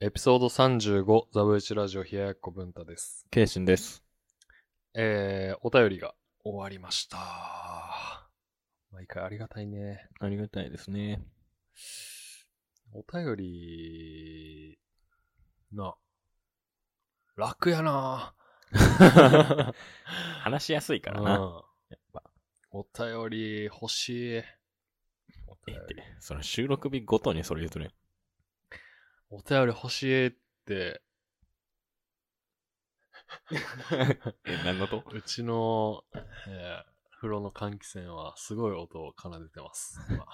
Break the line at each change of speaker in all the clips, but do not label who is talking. エピソード35、ザブエチラジオ、冷ややっこ文太です。
ケイシンです。
えー、お便りが終わりました。毎回ありがたいね。
ありがたいです ね。
お便り、な、楽やな
話しやすいか
う
ら
ん
な。
お便り欲しい。お
え
便
っ
り
て、その収録日ごとにそれ言う とね。
お便り欲しいって、
え、何のと
うちの、えー風呂の換気扇はすごい音を奏でてます。今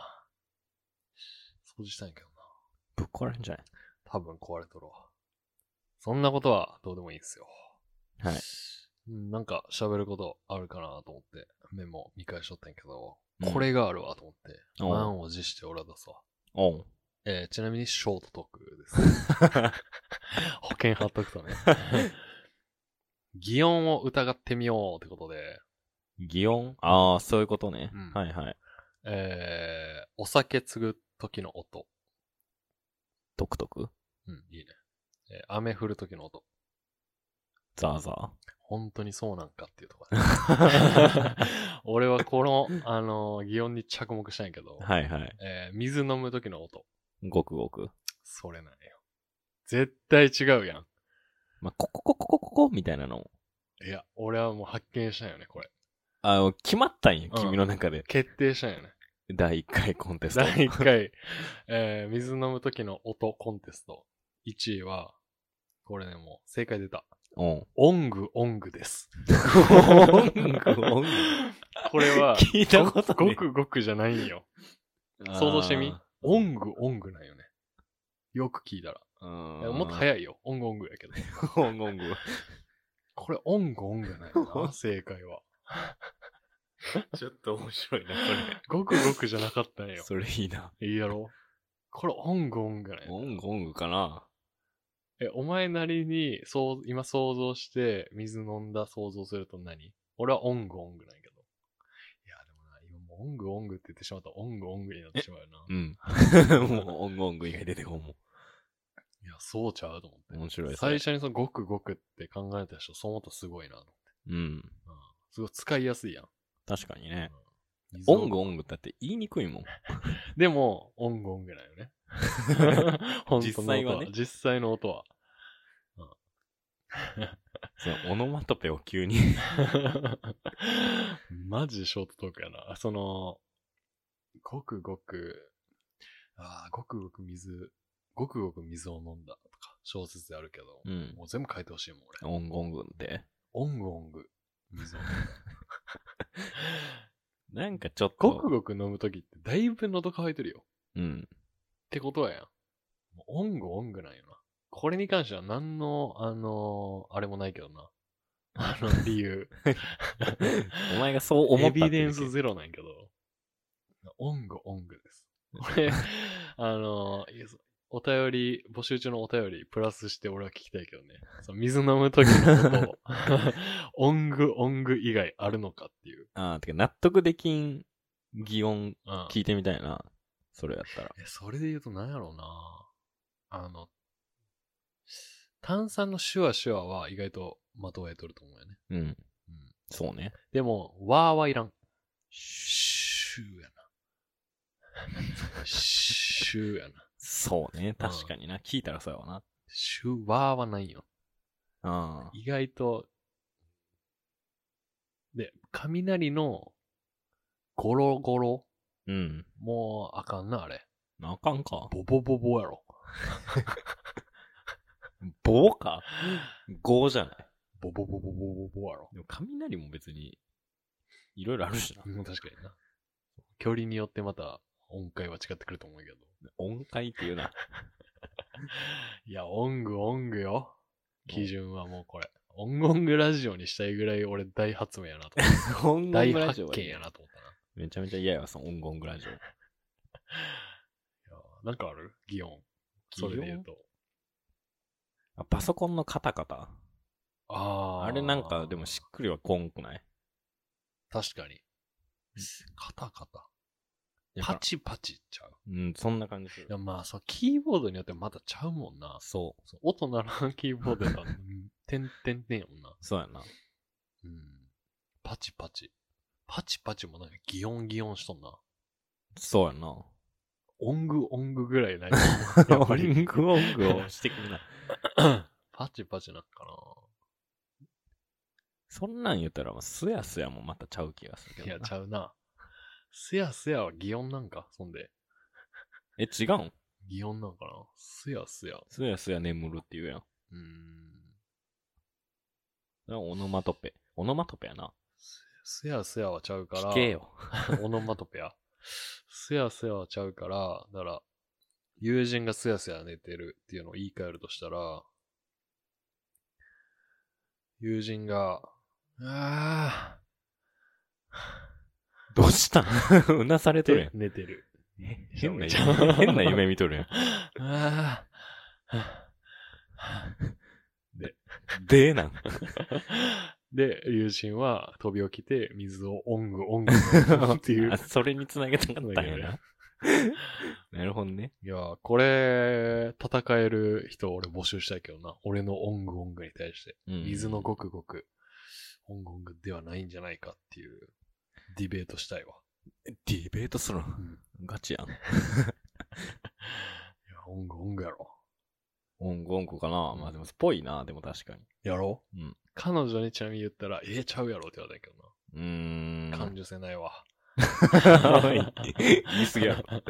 掃除したんやけどな。
ぶっ壊れんじゃ
多分壊れとるわ。そんなことはどうでもいいんすよ。
ないはい。
うんなんか喋ることあるかなと思ってメモ見返しとったんやけど、
うん
これがあるわと思って、
おう
満を持しておらだすわ。
おう
えーちなみにショートトーク です。保険貼っとくとね。擬音を疑ってみようってことで、
擬音ああ、そういうことね、
うん
はいはい。
えーお酒継ぐ時の音。
トクトク
うん、いいね。えー雨降る時の音。
ザーザ
本当にそうなんかっていうところ、
ー
俺はこの、あのー擬音に着目したんやけど、
はいはい。
えー水飲む時の音。
ごくごく。
それなんよ。絶対違うやん。
まあ、こここここここみたいなのも。
いや、俺はもう発見したんよね、これ。
あの、決まったんよ、
うん
君の中で。
決定したんよね。
第1回コンテスト。
第1回、 えー水飲む時の音コンテスト。1位は、これね、もう正解出た。
おう
オングオングです。
音楽音楽
これは、
聞いたこと
ご
ね
くごくじゃないんよ。 想像してみ
あ
オングオングなんよね。よく聞いたら。
ーうん
いやもっと早いよ。オングオングやけど。
音楽
これ、オングオングなんよ な、正解は。
ちょっと面白いな、
ごくごくじゃなかったん
それ。
よ。
それいいな。
いいやろこれ、オングオングなんよ。
ゴンゴングかな
え、お前なりに、そう、今想像して、水飲んだ想像すると何俺はオングオングなんやけど。いや、でもな、今もうオングオングって言ってしまったら、オングオングになってしまうよな。
うん。もう、オンゴング以外出てこんも
いや、そうちゃうと思って。
ん。面白いです
最。初にそのごくごくって考えた人、そう思ったらすごいなと思って。
うん。
うん。すごい使いやすいやん。
確かにね。
水
オ
を
ンゴングだって言いにくいもん。
でも、オンゴングなんよね。本当の音
実際はね
実際の音は。
そのオノマトペを急に。
マジショートトークやな。その、ごくごく、ああ、ごくごく水、ごくごく水を飲んだとか、小説であるけど、
うん。
もう全部書いてほしいもん、俺。
オンゴングって。
オングオング。 水を飲んだ
なんかちょっと。
ごくごく飲むときって、だいぶ喉乾いてるよ。
うん。
ってことはやん。もうオングオングなんよな。これに関しては何の、あのーあれもないけど な。あの、理由。
お前がそう思ったって
エ
だ
ビ
け
デンスゼロなんやけど。オングオングです。これ、あのーいやそうお便り、募集中のお便り、プラスして俺は聞きたいけどね。その水飲むときの ことを、オングオング以外あるのかっていう。
ああ、てか納得できん擬音
うん。
聞いてみたいな。それやったら。
え、それで言うと何やろうなあの、炭酸のシュワシュワは意外とまとえとると思うよね。
うん。
うん。
そうね。
でも、わーはいらん。シューやな。シューやな。
そうね。確かにな。聞いたらそうやわな。
シューわーはないよ。
ああ。
意外と、で、雷のゴロゴロ
うん。
もうあかんな、あれ。
あかんか。
ボボボボやろ。
棒 か棒じゃない。
ボボボボボボボやろ。
でも雷も別に、いろいろあるしな。
うん確かにな。距離によってまた音階は違ってくると思うけど。
音階っていうな。
いや、音具音具よ。基準はもうこれ。音音具ラジオにしたいぐらい俺大発明やなと思っ
音
た。大発見やなと思っ
めちゃめちゃ嫌やわ、その音ゴングラジオ。
たな。いやなんかある擬音。それで言うと。
あパソコンのカタカタ。
あー
あれなんか、でもしっくりはこんくない
確かに。カタカタ。
やっぱ
パチパチちゃう。
うん、そんな感じす
いや、
る。
まあ、そう、キーボードによってまたちゃうもんな。
そう。
そう音ならんキーボードやった ら、てんてんてんやもんな。
そうやな。
うん。パチパチ。パチパチもなんかギヨンギヨンしとんな。
そうやな。
オングオングぐらいない。 やっぱり
ングオングを してくんな。
パチパチなんか
そんなん言ったら、すやすやもまたちゃう気がする
な。い
けどな。
や、ちゃうな。すやすやは擬音なんか、そんで。
え、違うん
擬音なんかな。すやすや。
すやすや眠るって言うやん。
うーん。
それはオノマトペ。オノマトペやな。
すやすやはちゃうから。
聞けよ。
オノマトペや。すやすやはちゃうから、だから、友人がすやすや寝てるっていうのを言い換えるとしたら、友人が、あ
どうしたん うなされ
ー
とるやん。
寝てる。
変な
ちゃう
夢、変な夢見とるやん。
ああ。
でーなん。
で、友人は飛び起きて水をオングオングっていう
あ。それにつなげたかったん
繋げ
や
る
な。なるほどね。
いやー、これ、戦える人俺募集したいけどな。俺のオングオングに対して。
うん
水のごくごく、オンゴングではないんじゃないかっていうディベートしたいわ。
ディベートするの
ん
ガチやん。
いや、オンゴングやろ。
オンゴンゴかなまあでも、っぽいな、でも確かに。
やろ
うん
彼女にちなみに言ったら、ええちゃうやろって言われたけど
うーん。
な。感受性ないわ。
言い過ぎやろ。
う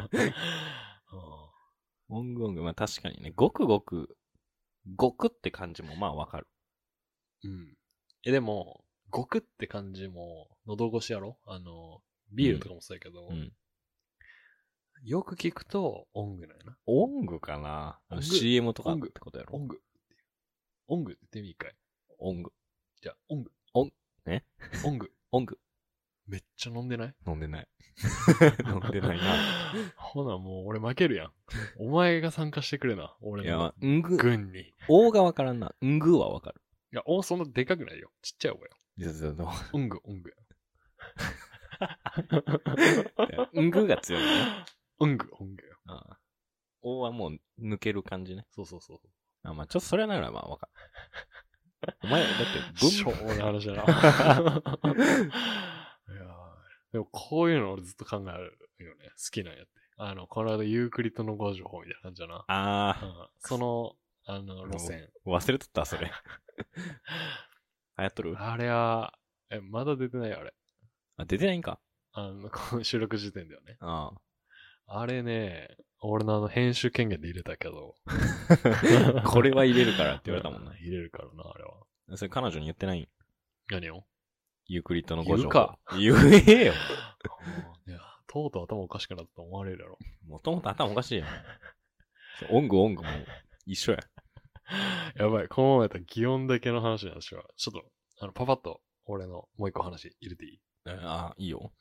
オンゴング、まあ確かにね、ごくごく、ごくって感じもまあわかる。
ん。 うん。え、でも、ごくって感じも、喉越しやろあの、ビールとかもそうやけど、
うん。
よく聞くと、オングなんやな。
オングかな
オ
あ
ング
の ?CM とかってことや
オ
ろ
ングっていう。オングって言ってみいかい
オング。
じゃあ、オング。
オンえ
オング。
オング。
めっちゃ飲んでない
飲んでない。 飲んでないな。。
ほな、もう俺負けるやん。お前が参加してくれな、俺
い
の
や、うんぐ、
軍に。い
おがわからんな。うんぐはわかる。
や、おそんなでかくないよ。ちっちゃいおよ。
いやいやい や
うんぐ、うんぐ。
うんぐが強いね。
うんぐ、うんぐよ。
ああおはもう抜ける感じね。
そうそうそう。
あまあ、ちょっとそれならまあわか る。お前、だって
しょう
文、
もない話 だな。いやーでもこういうの俺ずっと考えるよね。好きなんやって。あの、この間ユークリッドの五条法みたいな感じだな。う
あ
ん、その、あの、路 線。
あ、忘れとった、それ。 流行っとる
あれは、え、まだ出てないよあれ。
あ、出てないんか。
あの、 この収録時点ではね。
あ
あれね、俺のあの編集権限で入れたけど。
あ これは入れるからって言われたもん
な
な。
入れるからな、あれは。
それ彼女に言ってないん
何を
ユークリッドのご情
言うか
言えよ。
いや、とうとう頭おかしくなったと思われるやろ。
もともと頭おかしい やん。そうオングオングも一緒や。
やばい、このままやったら擬音だけの話なんですよ。ちょっと、あの、パパッと俺のもう一個話入れていい
ああ、いいよ。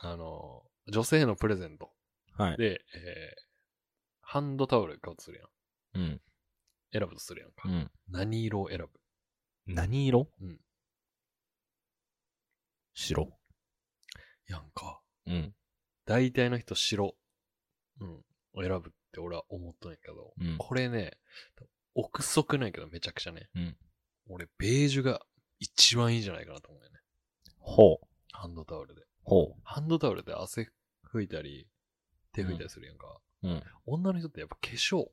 あの、女性へのプレゼント。
はい。
で、えー、ハンドタオル買うとするやん。
うん。
選ぶとするやんか。
うん。
何色を選ぶ
何色
うん。
白。
やんか。
うん。
大体の人白、うん、を選ぶって俺は思ったんやけど、
うん
これね、憶測ないけどめちゃくちゃね、
うん
俺、ベージュが一番いいんじゃないかなと思うよね。
ほう。
ハンドタオルで。
ほ
ハンドタオルで汗拭いたり、手拭いたりするやんか。
う。うん。
女の人ってやっぱ化粧する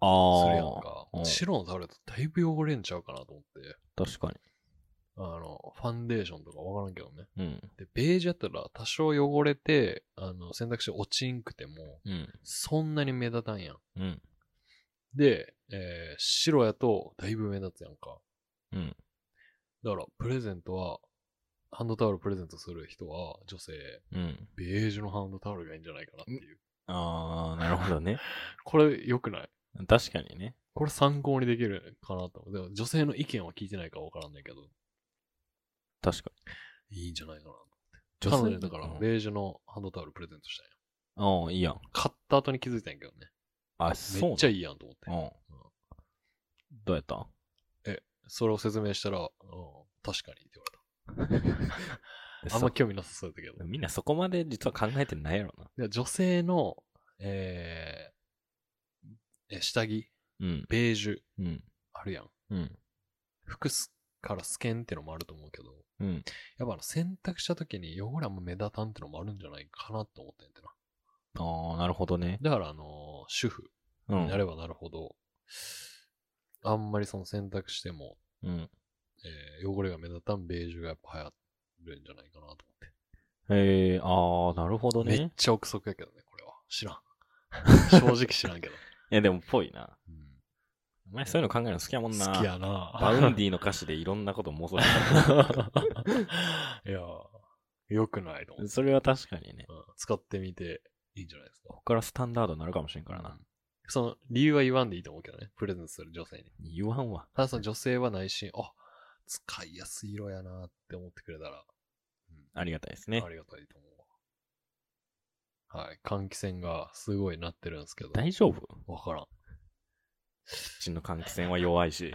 ああ。
やんか。
うん
白のタオルだとだいぶ汚れんちゃうかなと思って。
確か
あの、ファンデーションとかわからんけどね。
に。
で、ベージュやったら多少汚れて、あの、選択肢落ちんくても、
うん。うん。
そんなに目立たんやん。
うん。
で、えー白やとだいぶ目立つやんか。
うん。
だから、プレゼントは、ハンドタオルプレゼントする人は、女性、
うん。
ベージュのハンドタオルがいいんじゃないかなっていう。
ああ、なるほどね。
これ、良くない
確かにね。
これ参考にできるかなと思う。でも女性の意見は聞いてないからわからんねんけど、
確か
いいんじゃないかなと。
に。
彼女だから、
うん
ベージュのハンドタオルプレゼントしたんや。
ああ、いいやん。
買った後に気づいたんやけどね。
あ、そう
めっちゃ
いい。
いいやんと思
う
っ
ん
て。。
どうやった
それを説明したら、うん、確かにって言われた。あんま興味なさそうだけど。
みんなそこまで実は考えてないやろな。
で女性の、えーえ下着、
うん。
ベージュ、
うん。
あるやん。
うん。
服すからスケンってのもあると思うけど、
うん。
やっぱあの洗濯した時に汚れも目立たんってのもあるんじゃないかなと思ったんやてな。
ああ、なるほどね。
だからあのー主婦
う。
になんればなるほど、あんまりその洗濯しても、
うん。
えー汚れが目立たんベージュがやっぱ流行るんじゃないかなと思って。
ええー、ああ、なるほど
めっ
ね。
ちゃ憶測やけどね、これは。知 らん。正直知らんけど。
いや、でも、ぽいな。
う
お前、そういうの考えるの好きやもん
ん、
な。
好きやな。
バウンディの歌詞でいろんなこと妄想し
いやー、よくないの、う
た。
ん。
それは確かにね。
使ってみていいんじゃないですか
こ。っからスタンダードになるかもしれんから
う
な。
んその理由は言わんでいいと思うけどね。プレゼントする女性に。
言わんわ。
ただその女性は内心、あ、使いやすい色やなって思ってくれたら、
ありがたいですね
あ。りがたいと思うわ。はい。換気扇がすごいなってるんですけど、
大丈夫
わからん。
キッチンの換気扇は弱いし、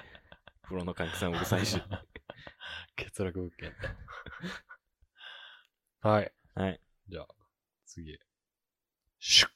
風呂の換気扇うるさいし。
欠落物件だ。はい。
はい。
じゃあ、次。シュッ